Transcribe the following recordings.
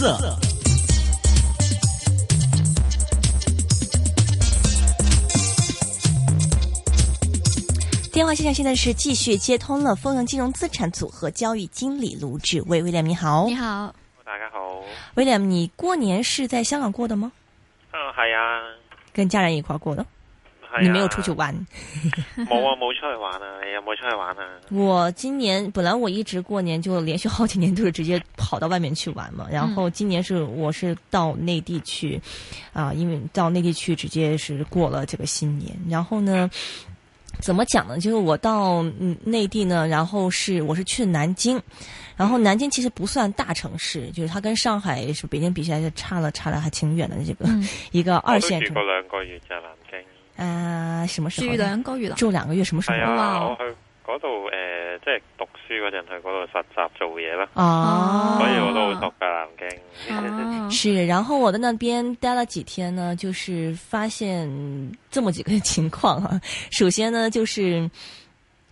色。电话线上现在是继续接通了丰盛金融资产组合交易经理卢志威威廉，你好，你好，大家好，威廉，你过年是在香港过的吗？啊系啊，跟家人一块儿过的？系啊，你没有出去玩？冇啊，冇出去玩啊，你有冇出去玩啊？我今年本来我一直过年就连续好几年都是直接跑到外面去玩嘛，然后今年是我是到内地去，啊、因为到内地去直接是过了这个新年，然后呢。怎么讲呢？就是我到嗯内地呢，然后是我是去南京，然后南京其实不算大城市，就是它跟上海是北京比起来是差了差了还挺远的这个、嗯一个二我线城都住市过兩個月咋南哦京，啊、什么时住候呢？兩個月啦，住兩個月什么时候哦係？哇啊，我去嗰度诶，即係讀書嗰陣去嗰度實習做嘢啦，哦啊所以我都好熟噶南京。哦是，然后我在那边待了几天呢，就是发现这么几个 情况啊。首先呢，就是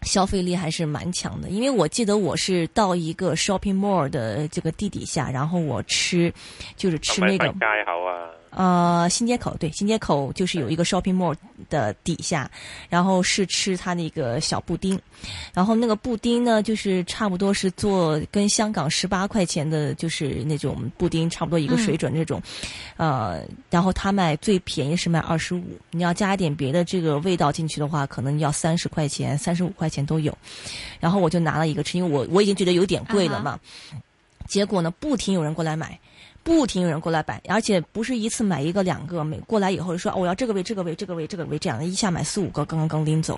消费力还是蛮强的，因为我记得我是到一个 shopping mall 的这个地底下，然后我吃就是吃咁喺那个新街口啊，呃新街口，对，新街口就是有一个 shopping mall 的底下，然后是吃它那个小布丁，然后那个布丁呢，就是差不多是做跟香港十八块钱的，就是那种布丁差不多一个水准那种，呃，然后他卖最便宜是卖二十五，你要加一点别的这个味道进去的话，可能要三十块钱、三十五块钱都有。然后我就拿了一个吃，因为我我已经觉得有点贵了嘛。结果呢，不停有人过来买。不停有人过来买，而且不是一次买一个两个，每过来以后就说、哦、我要这个位这个位这个位这个位这样的，一下买四五个，刚刚刚拎走。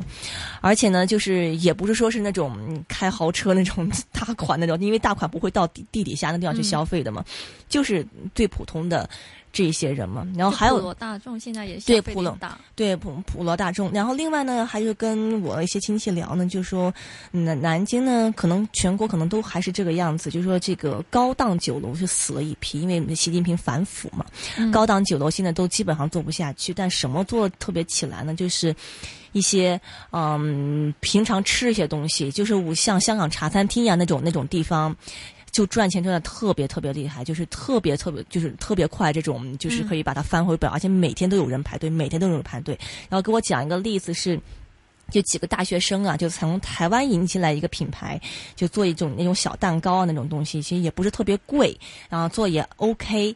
而且呢，就是也不是说是那种嗯开豪车那种 大款那种，因为大款不会到地地底下那地方去嗯消费的嘛，就是最普通的这一些人嘛。然后还有普罗大众现在也对消费普力罗大，对普普罗大众。然后另外呢，还是跟我一些亲戚聊呢，就说南南京呢，可能全国可能都还是这个样子，就说这个高档酒楼是死了一批，因为习近平反腐嘛，嗯高档酒楼现在都基本上做不下去。但什么做得特别起来呢？就是。一些嗯，平常吃一些东西，就是我像香港茶餐厅呀那种那种地方，就赚钱赚的特别特别厉害，就是特别特别就是特别快，这种就是可以把它翻回本，而且每天都有人排队，每天都有人排队。然后给我讲一个例子是。就几个大学生啊，就从台湾引进来一个品牌，就做一种那种小蛋糕啊那种东西，其实也不是特别贵，然后做也 OK，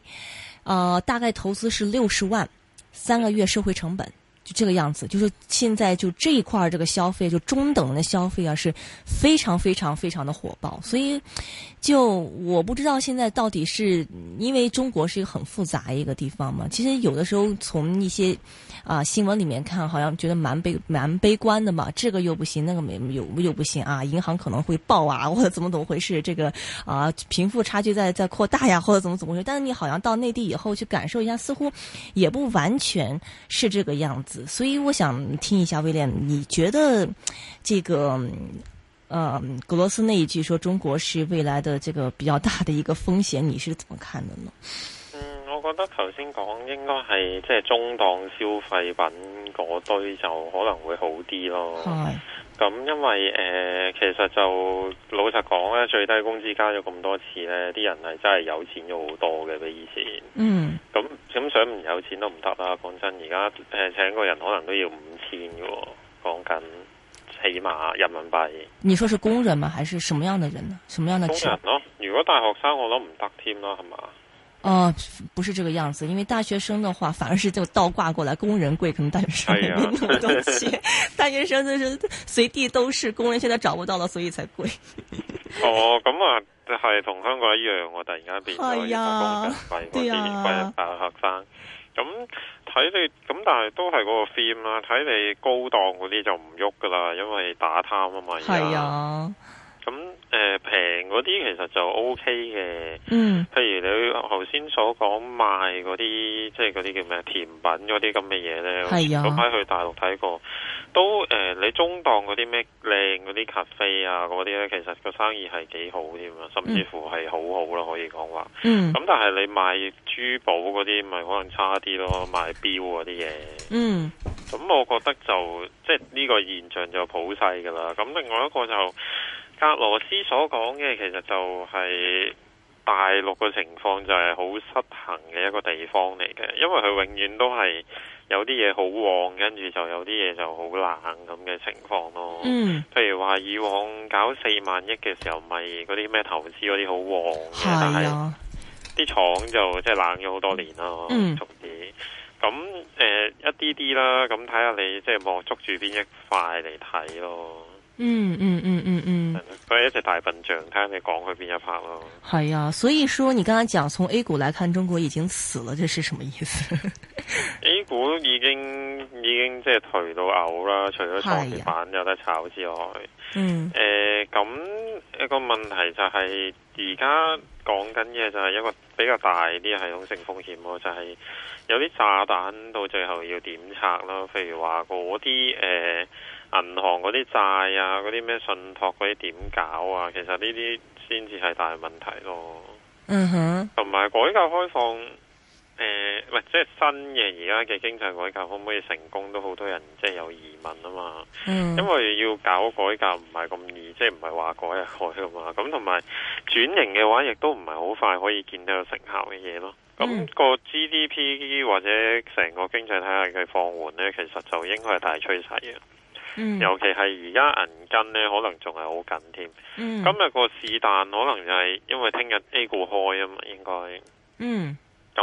呃，大概投资是六十万，三个月收回成本，就这个样子。就是现在就这一块儿这个消费，就中等的消费啊，是非常非常非常的火爆。所以，就我不知道现在到底是因为中国是一个很复杂一个地方嘛，其实有的时候从一些啊、新闻里面看，好像觉得蛮悲蛮悲观的嘛，这个又不行，那个没又又不行啊，银行可能会爆啊，或者怎么怎么回事，这个啊、贫富差距在在扩大呀，或者怎么怎么回事。但是你好像到内地以后去感受一下，似乎也不完全是这个样子。所以我想听一下威廉，你觉得这个？嗯呃，格罗斯那一句说中国是未来的这个比较大的一个风险，你是怎么看的呢？嗯，我覺得頭先講應該係即係中檔消費品嗰堆就可能會好啲咯。嗨，咁因為誒、呃其實就老實講咧，最低工資加咗咁多次咧，啲人係真係有錢咗好多嘅比以前。嗯，咁咁想唔有錢都唔得啦，講真，而家誒請個人可能都要五千嘅喎，講緊起碼人民幣。你说是工人吗？还是什么样的人呢？什么样的工职？人咯，如果大學生我都唔得添啦，係嘛？哦，不是这个样子，因为大学生的话反而是就倒挂过来，工人贵，可能大学生没哎呀那么多钱， 大学生就是随地都是，工人现在找不到了，所以才贵。哦，咁啊，係同香港一樣喎，突然間變咗係啊要工對人幣嗰啊啲貴大學生。咁睇你，咁但係都係嗰個 theme 啦。睇你高檔嗰啲就唔喐噶啦，因為打貪啊嘛。而系家，啊，咁誒平嗰啲其實就 O K 嘅。嗯譬如你頭先所講賣嗰啲，即係嗰啲叫咩甜品嗰啲咁嘅嘢咧，係啊嗰排去大陸睇過，都誒、呃你中檔嗰啲咩靚嗰啲咖啡啊嗰啲咧，其實個生意係幾好添啊，甚至乎係好好啦，可以講話。嗯咁、但係你賣珠寶嗰啲，咪可能差啲咯，賣錶嗰啲嘢。嗯咁我覺得就即係呢個現象就普世㗎啦。咁另外一個就格羅斯所講嘅，其實就係、大陸嘅情況就係好失衡嘅一個地方嚟嘅，因為佢永遠都係有啲嘢好旺，跟住就有啲嘢就好冷咁嘅情況咯。嗯，譬如話以往搞四萬億嘅時候，咪嗰啲咩投資嗰啲好旺嘅，但係係啊，啲廠就即係冷咗好多年咯，嗯從此咁誒一啲啲啦，咁睇下你即係望捉住邊一塊嚟睇咯。嗯嗯嗯嗯嗯，佢係一隻大笨象，睇下你講去邊一 part 咯。係啊，所以說你剛才講從 A 股來看中國已經死了，這是什麼意思？ A 股已經已經即係頹到嘔啦，除啊咗創業板有得炒之外，嗯誒呃咁一個問題就係而家講緊嘅就係一個比較大啲系統性風險咯，就係、有啲炸彈到最後要點拆咯，譬如話嗰啲誒銀行嗰啲債啊，嗰啲咩信託嗰啲點搞啊，其實呢啲先至係大問題咯。嗯哼，同埋改革開放，誒、唔係即係新嘅而家嘅經濟改革可唔可以成功，都好多人即係有疑問啊嘛。嗯因為要搞改革唔係咁易，即係唔係話改就改噶嘛。咁同埋轉型嘅話，亦都唔係好快可以見到有成效嘅嘢咯。咁、嗯個 GDP 或者成個經濟體系嘅放緩呢，其實就應該係大趨勢嘅。嗯尤其係而家銀根呢，可能仲係好緊添。嗯今日個是但可能就係因為聽日 A 股開啊嘛，應該。嗯咁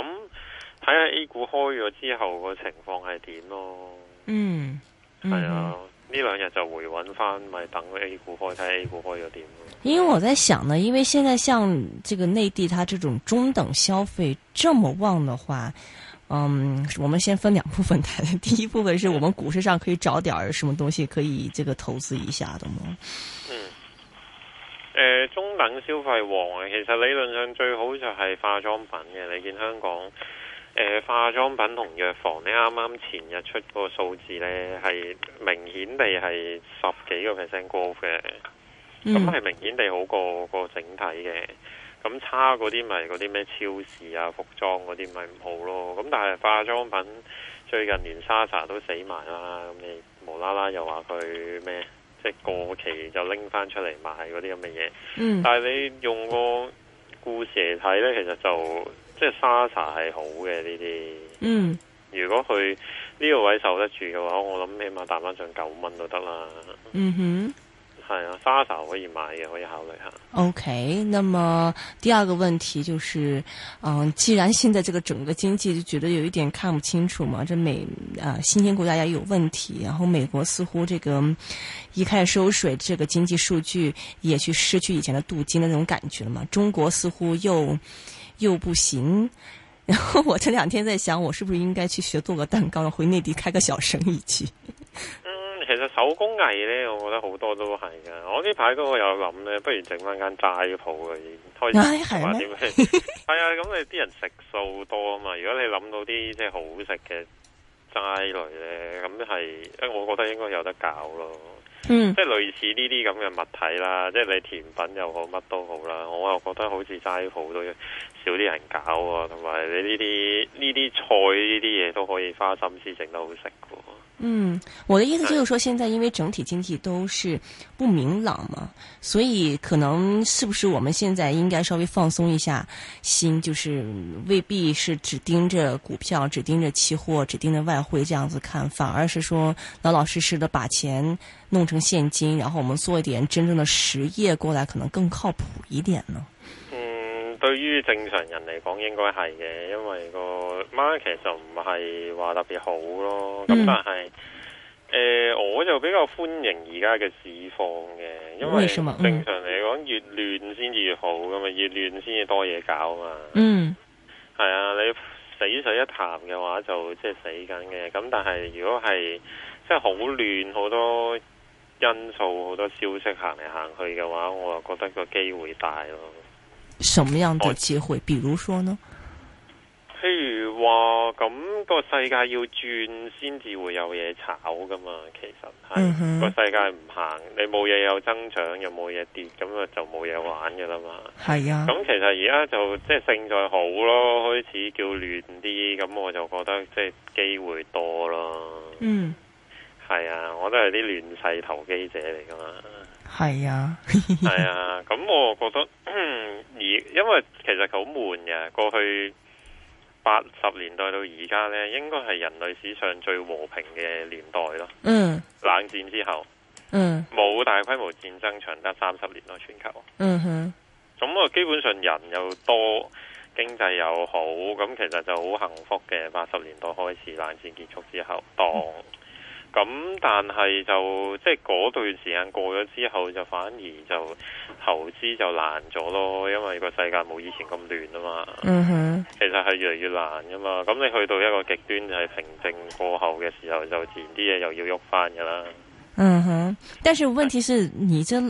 睇下 A 股開咗之後個情況係點咯，嗯，嗯係啊，呢兩日就回穩翻，咪等佢 A 股開，睇下 A 股開咗點咯。因为我在想呢，因为现在像这个内地，它这种中等消费这么旺的话，嗯，我们先分两部分谈。第一部分是我们股市上可以找点儿什么东西可以这个投资一下的吗？嗯，诶、中等消費旺啊，其實理論上最好就係化妝品嘅，你見香港。诶、化妝品同藥房呢，啱啱前日出個數字呢，係明顯地係十幾個 percent growth 嘅，咁嗯係明顯地好過個整體嘅。咁差嗰啲咪嗰啲咩超市啊、服裝嗰啲咪唔好咯。咁但係化妝品最近連莎莎都死埋啦，咁你無啦啦又話佢咩？即係過期就拎翻出嚟賣嗰啲咁嘅嘢，嗯但係你用個故事嚟睇呢，其實就即係莎莎係好嘅呢啲。嗯如果佢呢個位受得住嘅話，我諗起碼彈翻上九蚊都得啦。嗯哼。係啊，莎莎可以買嘅，可以考慮下。 OK，那么第二个问题就是，嗯，既然现在这个整个经济就觉得有一点看不清楚嘛，这美啊、新兴国家也有问题，然后美国似乎这个嗯一开始收水，这个经济数据也去失去以前的镀金的那种感觉了嘛，中国似乎又又不行。 然后我这两天在想，我是不是应该去学做个蛋糕，回内地开个小生意去？嗯，其實手工藝呢，我覺得好多都係噶。我呢排都有諗呢，不如整翻間齋鋪去開唉始啊係話咩 點咩？係啊，咁你啲人食素多啊嘛。如果你諗到啲即係好食嘅齋類呢，咁係，我覺得應該有得搞咯。嗯即係類似呢啲咁嘅物體啦，即係你甜品又好，乜都好啦。我又覺得好似齋鋪都少啲人搞啊，同埋你呢啲呢啲菜呢啲嘢都可以花心思整得好食嘅喎。嗯，我的意思就是说，现在因为整体经济都是不明朗嘛，所以可能是不是我们现在应该稍微放松一下心，就是未必是只盯着股票、只盯着期货、只盯着外汇这样子看，反而是说老老实实的把钱弄成现金，然后我们做一点真正的实业过来，可能更靠谱一点呢。嗯，對於正常人嚟講應該係嘅，因為個 market 就唔係話特別好咯。咁、嗯但係誒、我就比較歡迎而家嘅市況嘅，因為為什麼嗯正常嚟講越亂先至越好噶嘛，越亂先至多嘢搞嘛。嗯係啊，你死水一潭嘅話就即係死緊嘅。咁但係如果係即係好亂，好多因素、好多消息行嚟行去嘅話，我又覺得個機會大咯。什么样的机会？比如说呢？譬如話咁個世界要轉先至會有嘢炒噶嘛，其實嗯係哼個、世界唔行，你冇嘢有增長，又冇嘢跌，咁啊就冇嘢玩噶啦嘛。系呀咁其實而家就即係勝在好咯，開始叫亂啲，咁我就覺得即係機會多咯。嗯，係啊，我都係啲亂世投機者嚟噶嘛。係啊，系啊，咁我覺得， 嗯而因為其實好悶嘅，過去八十年代到而家呢，應該係人類史上最和平嘅年代咯。嗯冷戰之後嗯冇大規模戰爭，長達三十年咯，全球。嗯哼，咁啊，基本上人又多，經濟又好，咁其實就好幸福嘅。八十年代開始冷戰結束之後，當咁但係就即係嗰段時間過咗之後，就反而就投資就難咗咯，因為個世界冇以前咁亂啊嘛。嗯哼，其實係越嚟越難噶嘛。咁你去到一個極端就係平靜過後嘅時候，就自然啲嘢又要喐翻噶啦。嗯哼。但是問題是你这，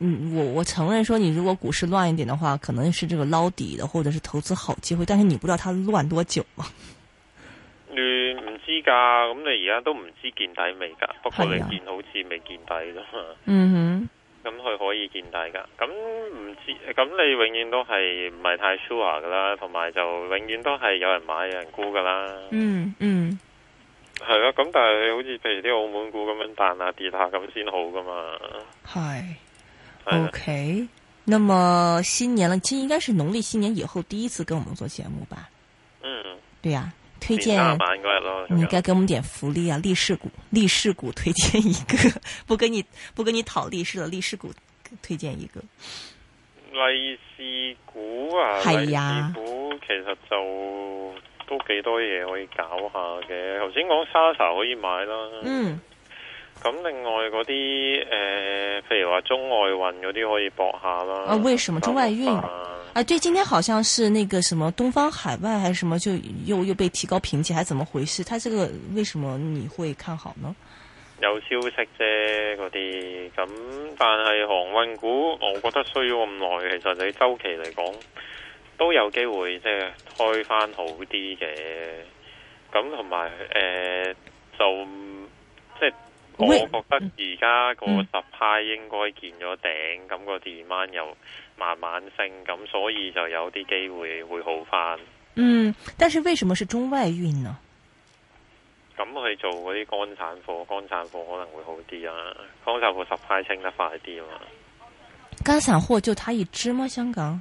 嗯，我我承認說你如果股市亂一點的話，可能是這個撈底的或者是投資好機會，但是你不知道它亂多久啊。亂唔知噶，咁你而家都唔知見底未噶？不過你係啊見好似未見底啫嘛。嗯咁佢可以見大家，咁唔知，咁你永遠都係唔係太 sure 噶啦，同埋就永遠都係有人買有人沽噶啦，哼，嗯嗯係咯、咁但係好似譬如啲澳門股咁樣彈下跌下咁先好噶嘛，嗨係啦 OK。那麼新年了，其實應該是農曆新年以後第一次跟我們做節目吧？嗯，對呀、推年薦卅晚嗰日咯，你该给我们点福利啊！利是股，利是股推荐一个，不跟你不跟你讨利是了，利是股推荐一个。利是股啊，利係啊是股其實就都幾多嘢可以搞下嘅，頭先講莎莎可以買啦，嗯咁另外嗰啲誒，譬如話中外運嗰啲可以搏下啦。啊為什麼中外運啊啊，对，今天好像是那个什么东方海外还是什么，就又又被提高评级，还怎么回事？它这个为什么你会看好呢？有消息啫，嗰啲咁，但係航運股，我覺得需要咁耐，其實你周期嚟講都有機會，即係開翻好啲嘅。咁同埋誒，就即係我喂覺得而家個嗯 supply 應該見咗頂，咁個 demand 又慢慢升，咁所以就有啲機會會好翻。嗯，但是为什么是中外运呢？咁去做嗰啲乾散貨，乾散貨可能會好啲啊，乾散貨 supply 清得快啲啊嘛。干散货就它一只吗？香港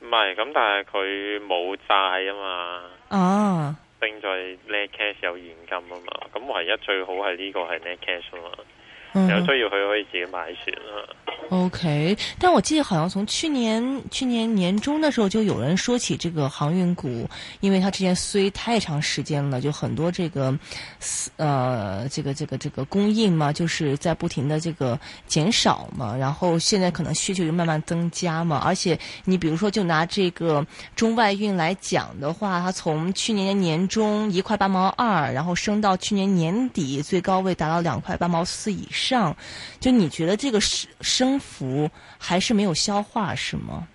唔係，咁但係佢冇債啊嘛，啊，勝在 net cash 有現金啊嘛，咁唯一最好係呢個係 net cash 啊嘛，有嗯需要佢可以自己買船啊嘛。 ，OK。但我记得好像从去年去年年中的时候，就有人说起这个航运股，因为它之前衰太长时间了，就很多这个，嘶呃，这个这个这个供应嘛，就是在不停的这个减少嘛，然后现在可能需求就慢慢增加嘛，而且你比如说就拿这个中外运来讲的话，它从去年年中一块八毛二，然后升到去年年底最高位达到两块八毛四以上，就你觉得这个升升幅还是没有消化是吗？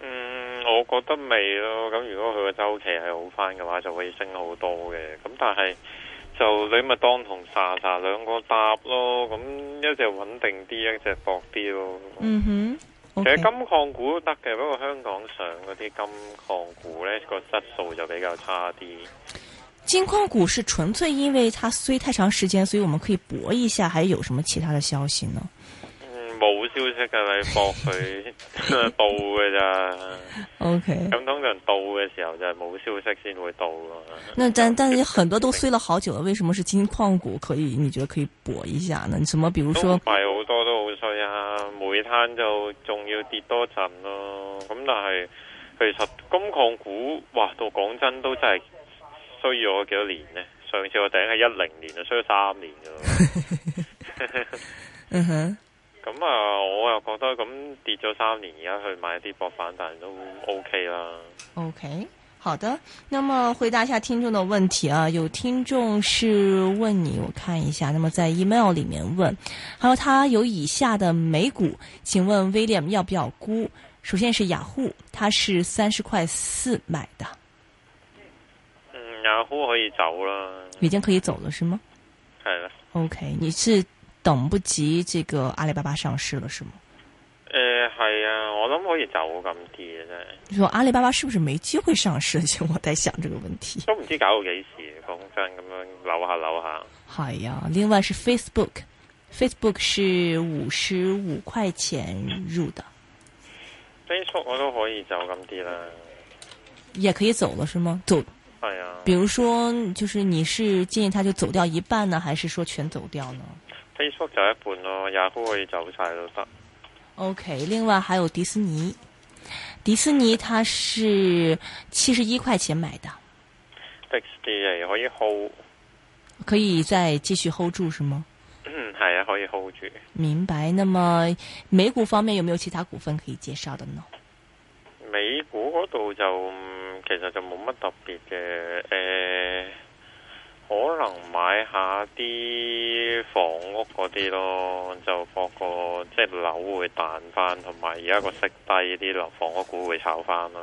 嗯，我覺得未咯，咁如果佢個周期係好翻嘅話，就可以升好多嘅。咁但係就你咪當同沙沙兩個搭咯，咁一隻穩定啲，一隻薄啲咯。嗯哼其實，OK，金礦股都得嘅，不過香港上嗰啲金礦股呢個質素就比較差啲。金矿股是纯粹因为它衰太长时间，所以我们可以搏一下，还有什么其他的消息呢？嗯，冇消息噶，你搏佢到嘅咋？ OK，咁通常到嘅時候就係冇消息先會到噶嘛。那但但是很多都衰了好久了，为什么是金矿股可以？你觉得可以搏一下呢？什么比如都说唔，係好多都好衰啊，煤炭就仲要跌多陣咯。咁但係其實金礦股，哇，到講真都真係衰咗幾多年呢？上次個頂係一零年啊，衰咗三年噶。嗯哼，咁啊，我又覺得咁跌咗三年，而家去買啲博反彈都 OK 啦。 OK，好的。那么回答一下听众的问题啊，有听众是问你，我看一下，那么在 email 里面问，还有他有以下的美股，请问 William 要不要估？首先是雅虎，它是三十块四买的，嗯，雅虎可以走啦，已经可以走了是吗係啦。 ？OK，你是等不及这个阿里巴巴上市了是吗？诶、係啊，我諗可以走咁啲嘅真係，你说阿里巴巴是不是没机会上市？ 就我在想这个问题。都唔知搞到幾時。講真，咁樣扭下扭下，好呀，另外是 Facebook。 Facebook 是五十五块钱入的， Facebook 我都可以就咁啲啦，也可以走了是吗？走，係啊。比如说就是你是建议他就走掉一半呢，还是说全走掉呢 Facebook 就一半咯，Yahoo 可以走晒都得。 ？OK，另外还有迪士尼，迪士尼它是七十一块钱买的，迪士尼可以 hold，可以再继续 hold 住是吗？係啊，可以 hold 住。明白。那么美股方面有没有其他股份可以介绍的呢？美股嗰度就嗯其實就冇乜特別嘅，誒、可能買下啲房屋嗰啲咯，就博個即係樓會彈翻，同埋而家個息低啲，樓房屋股會炒翻啦。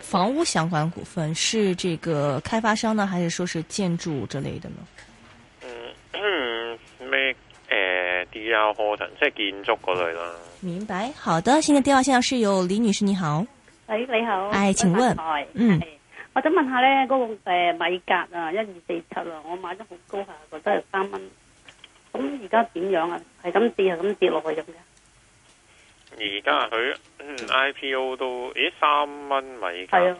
房屋相关股份是这个开发商呢，还是说是建筑之类的呢？嗯，咩誒 DR Horton 即係建築嗰類啦。明白，好的，现在电话线上是有李女士，你嗯好，喂，你好。哎請問台嗯，係我想問下咧，嗰、個、呃、米格啊，一二四七啊，我買咗好高下，覺得係三蚊。咁而家點樣啊？係咁跌，係咁跌落去咁嘅。啊而家佢嗯 IPO 都咦三蚊米係價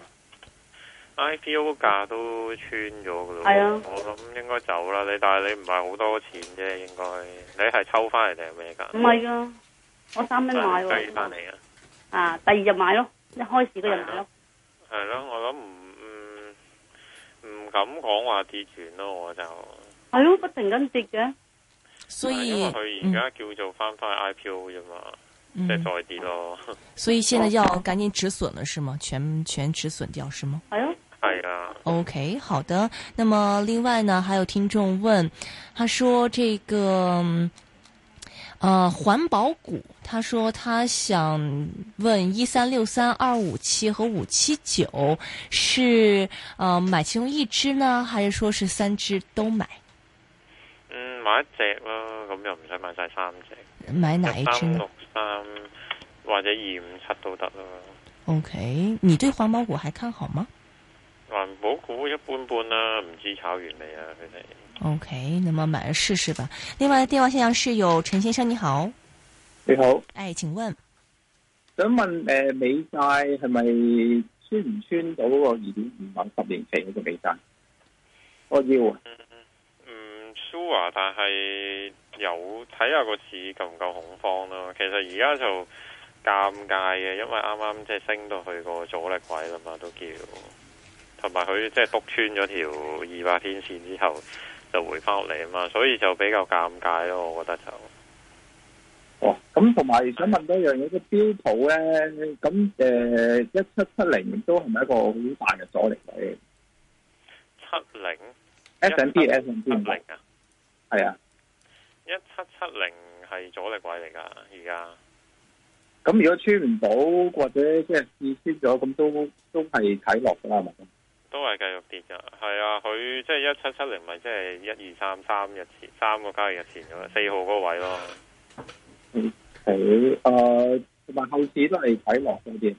啊， IPO 價都穿咗噶咯，係啊我諗應該走啦。你但係你唔係好多錢啫，應該你係抽翻嚟定係咩㗎？唔係啊，我三蚊買計翻喎。嚟啊，啊，第二日買咯，一開市嗰日買咯。係咯，我諗唔唔唔敢講話跌完咯，我就啊係咯，不停咁跌嘅。所因以為佢而家叫做翻翻 IPO 啫嘛，即嗯係嗯，再跌咯，所以现在要赶紧止损了是吗？全全止损掉是吗係咯，係啊， ？OK，好的。那么另外呢，还有听众问，他说这个。嗯呃，环保股，他说他想问一三六三、二五七和五七九是呃买其中一只呢，还是说是三只都买？嗯買一隻啦，咁又唔使買晒三隻。买哪一只三呢？六三或者二五七都得啦。 OK，你对环保股还看好吗環保股啊一般般啦，唔知炒完未啊？佢哋？OK，那么买了试试吧。另外，电话线上是有陈先生，你好，你好，哎，请问想問诶、呃美債係咪穿唔穿到嗰個二點五五十年期嗰個美債？我要啊，唔 sure，但嗯啊係有睇下個市夠唔夠恐慌咯。其實而家就尷尬嘅，因為啱啱即係升到去個阻力位啦嘛，都叫同埋佢即係篤穿咗條二百天線之後就回翻落嚟啊嘛，所以就比較尷尬咯。我覺得就。哦，咁同埋想問多一樣嘢，個標普咧，咁诶一七七零都係咪一個好大嘅阻力位七零？S M P S M 七 P 零啊！係啊，一七七零係阻力位嚟㗎，而家咁如果穿唔到或者即係試穿咗，咁都都係睇落㗎啦，係咪？都係繼續跌㗎。係啊，佢即係一七七零咪即係一二三三日前三個交易日前咁樣，四號嗰個位咯。佢诶呃同埋後市都係睇落嗰啲，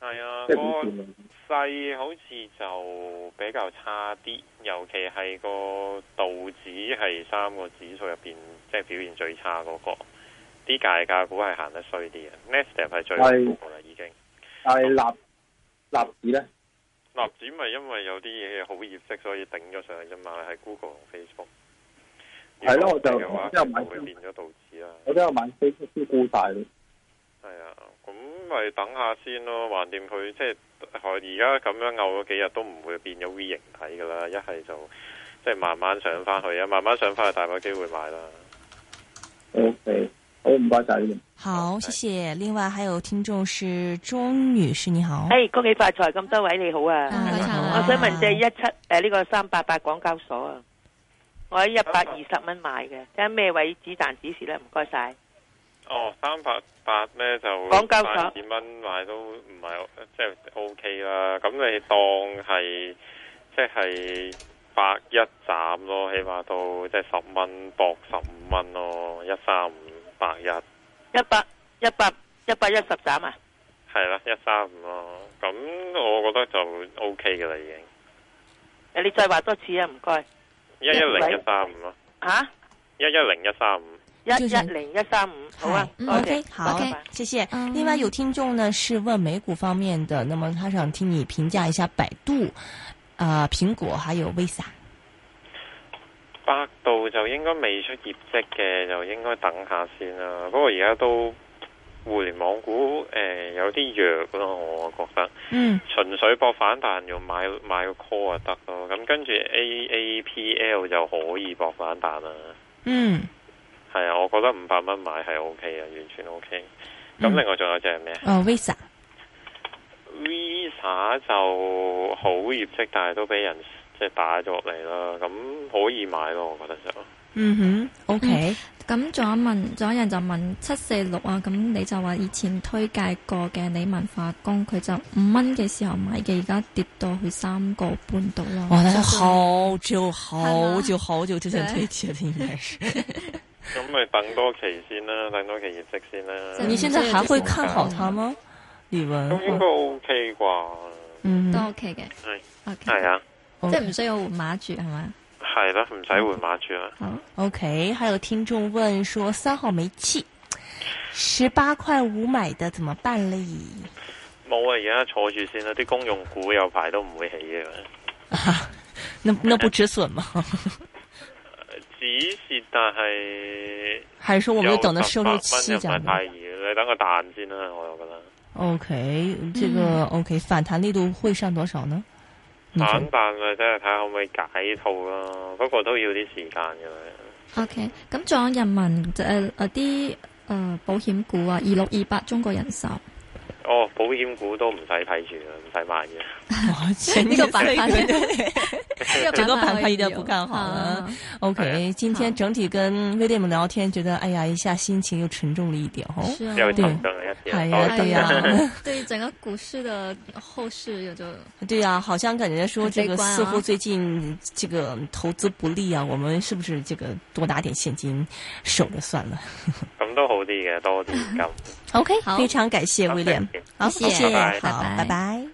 係啊，即係好個似勢好似就比較差啲，尤其係個道指係三個指數入邊即係表現最差嗰、個。啲界價股係行得衰啲嘅 n e s t a 係最好係㗎啦，已經。但係立立市咧。納指咪因為有啲嘢好業績，所以頂咗上去啫嘛，係 Google 同 Facebook。係咯我就如果唔係嘅話即係買會變咗道指啦。我都有買 Facebook 啲沽晒咯。係啊，咁咪等下先咯，橫掂佢即係呃而家咁樣拗咗幾日都唔會變咗 V 型體噶啦，一係就即係慢慢上翻去啊，慢慢上翻去大把機會買啦。 O K，好唔該晒你。好，谢謝。另外还有聽眾是鍾女士，你好，系哎恭喜發財！咁多位你好啊！啊你好我想問借一七诶呢個三八八港交所啊，我喺一百二十蚊買嘅，睇下咩位止賺止蝕咧？唔該晒。哦，三百八咧就港交所二蚊買都唔係即係 O K 啦。咁你當係即係百一斬咯，起碼到即係十蚊博十五蚊咯，一三五百一一百一百一百一十斬啊！係啦，一三五咯。咁我覺得就 O K 嘅啦，已經你再話多次啊！唔該一一零一三五咯，吓，一一零一三五一就一是零一三五，好啊嗨，嗯多謝 OK，好拜拜谢谢。嗯另外有听众呢是问美股方面的，那么他想听你评价一下百度、啊、苹果还有 Visa。百度就應該未出業績嘅，就應該等下先啦。不過而家都互聯網股誒、呃有啲弱咯，我覺得嗯純粹博反彈用買買個 call 就得咯。咁跟住 A A P L 就可以博反彈啦。嗯，係啊，我覺得五百蚊買係 O K 嘅，完全 O K。咁嗯另外仲有隻係咩啊呃 Visa。 ？Visa 就好業績，但係都俾人即係打咗落嚟啦。咁可以買咯，我覺得就。嗯哼，OK，咁仲有問，仲有人就問七四六啊，咁你就話以前推介過嘅理文化工，佢就五蚊嘅時候買嘅，而家跌到去三個半度咯。哇，那就是好久看好吧久好久之前推对荐的，应该是。咁咪等多期先 啦，等多期業績先啦。即係你现在还会看好它它吗，李文？咁應該 OK 啩？嗯都哼 OK 嘅係，OK，係啊，即係唔需要換碼住係咪？係啦，唔使換馬住啦。好， ，OK。还有听众问说，三号煤气十八块五买的怎么办嘞？冇啊，而家坐住先啦。啲公用股有排都唔會起嘅，那那不止损吗？ 只是但係还是说我们有就等着18收蚊入又期唔这样係的太易，你等個彈先啦，我又覺得。 ？OK，这个 OK 反弹力度会上多少呢？你觉得 反彈咪真係睇下可唔可以解套咯，不過都要啲時間嘅。 OK，咁仲有人問誒誒啲誒保險股啊，二六二八中國人壽，哦，保險股都唔使睇住啦，唔使買嘅。哇 前呢面個板塊这个整整个板块一点 不看好啊啊了。OK，今 天整体跟威廉们聊天，觉得哎呀，一下心情又沉重了一点哦。是啊，又對沉重一啲。係多啊謝對呀 对整个股市的后市有着对呀、好像感觉说很悲这个观啊似乎最近这个投资不利啊，我们是不是这个多拿点现金守着算了咁都好啲嘅，多啲咁。 ？OK，好非常感谢好威廉， thank you 好，谢谢谢，拜拜好，拜拜拜